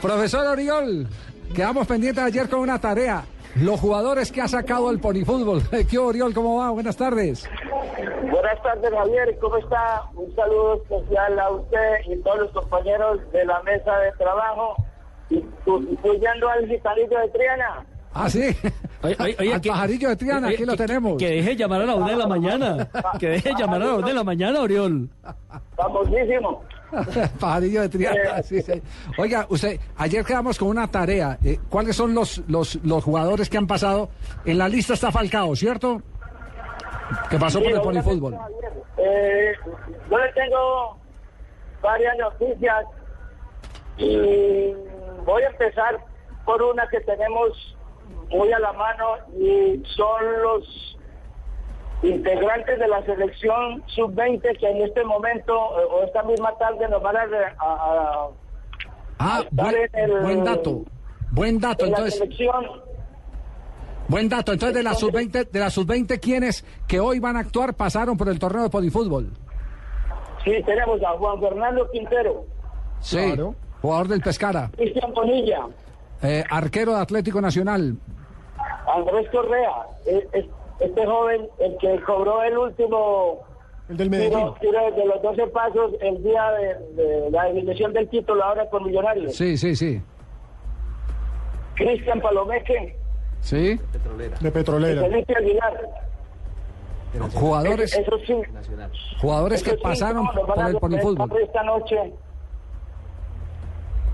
Profesor Oriol, quedamos pendientes ayer con una tarea. Los jugadores que ha sacado el ponifútbol. ¿Qué Oriol? ¿Cómo va? Buenas tardes. Buenas tardes, Javier. ¿Cómo está? Un saludo especial a usted y todos los compañeros de la mesa de trabajo, incluyendo al gitanito de Triana. Ah, sí. Oye, oye, oye, Al que- pajarillo de Triana, oye, aquí lo que- tenemos. Que deje de llamar a la una de la mañana. Que deje de llamar a la una de la mañana, Oriol. Famosísimo. pajarillo de Eh. Triana. sí, sí. Oiga, usted, ayer quedamos con una tarea. Eh, ¿Cuáles son los, los, los jugadores que han pasado? En la lista está Falcao, ¿cierto? Que pasó por el Sí, obviamente, ponifútbol. Javier, eh, yo le tengo varias noticias y voy a empezar por una que tenemos muy a la mano y son los integrantes de la selección sub-20 que en este momento eh, o esta misma tarde nos van a, re- a- Ah, buen, estar en el- buen dato. Buen a- dato. en la Entonces, selección buen dato. Entonces, de las sub-20, de las sub-20, ¿quiénes que hoy van a actuar pasaron por el torneo de ponifútbol? sí tenemos a Juan Fernando Quintero, Sí. Jugador del Pescara, Cristian Bonilla, eh, arquero de Atlético Nacional, Andrés Correa, eh, eh, este joven, el que cobró el último El del tiro, tiro de los 12 pasos el día de, de la definición del título ahora con Millonarios. Sí, sí, sí. Cristian Palomeque, Sí. De Petrolera. Felipe Aguilar. Jugadores, Eso sí. jugadores eso que sí, pasaron no, nos van por a el representar ponifútbol. Esta noche.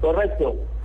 Correcto.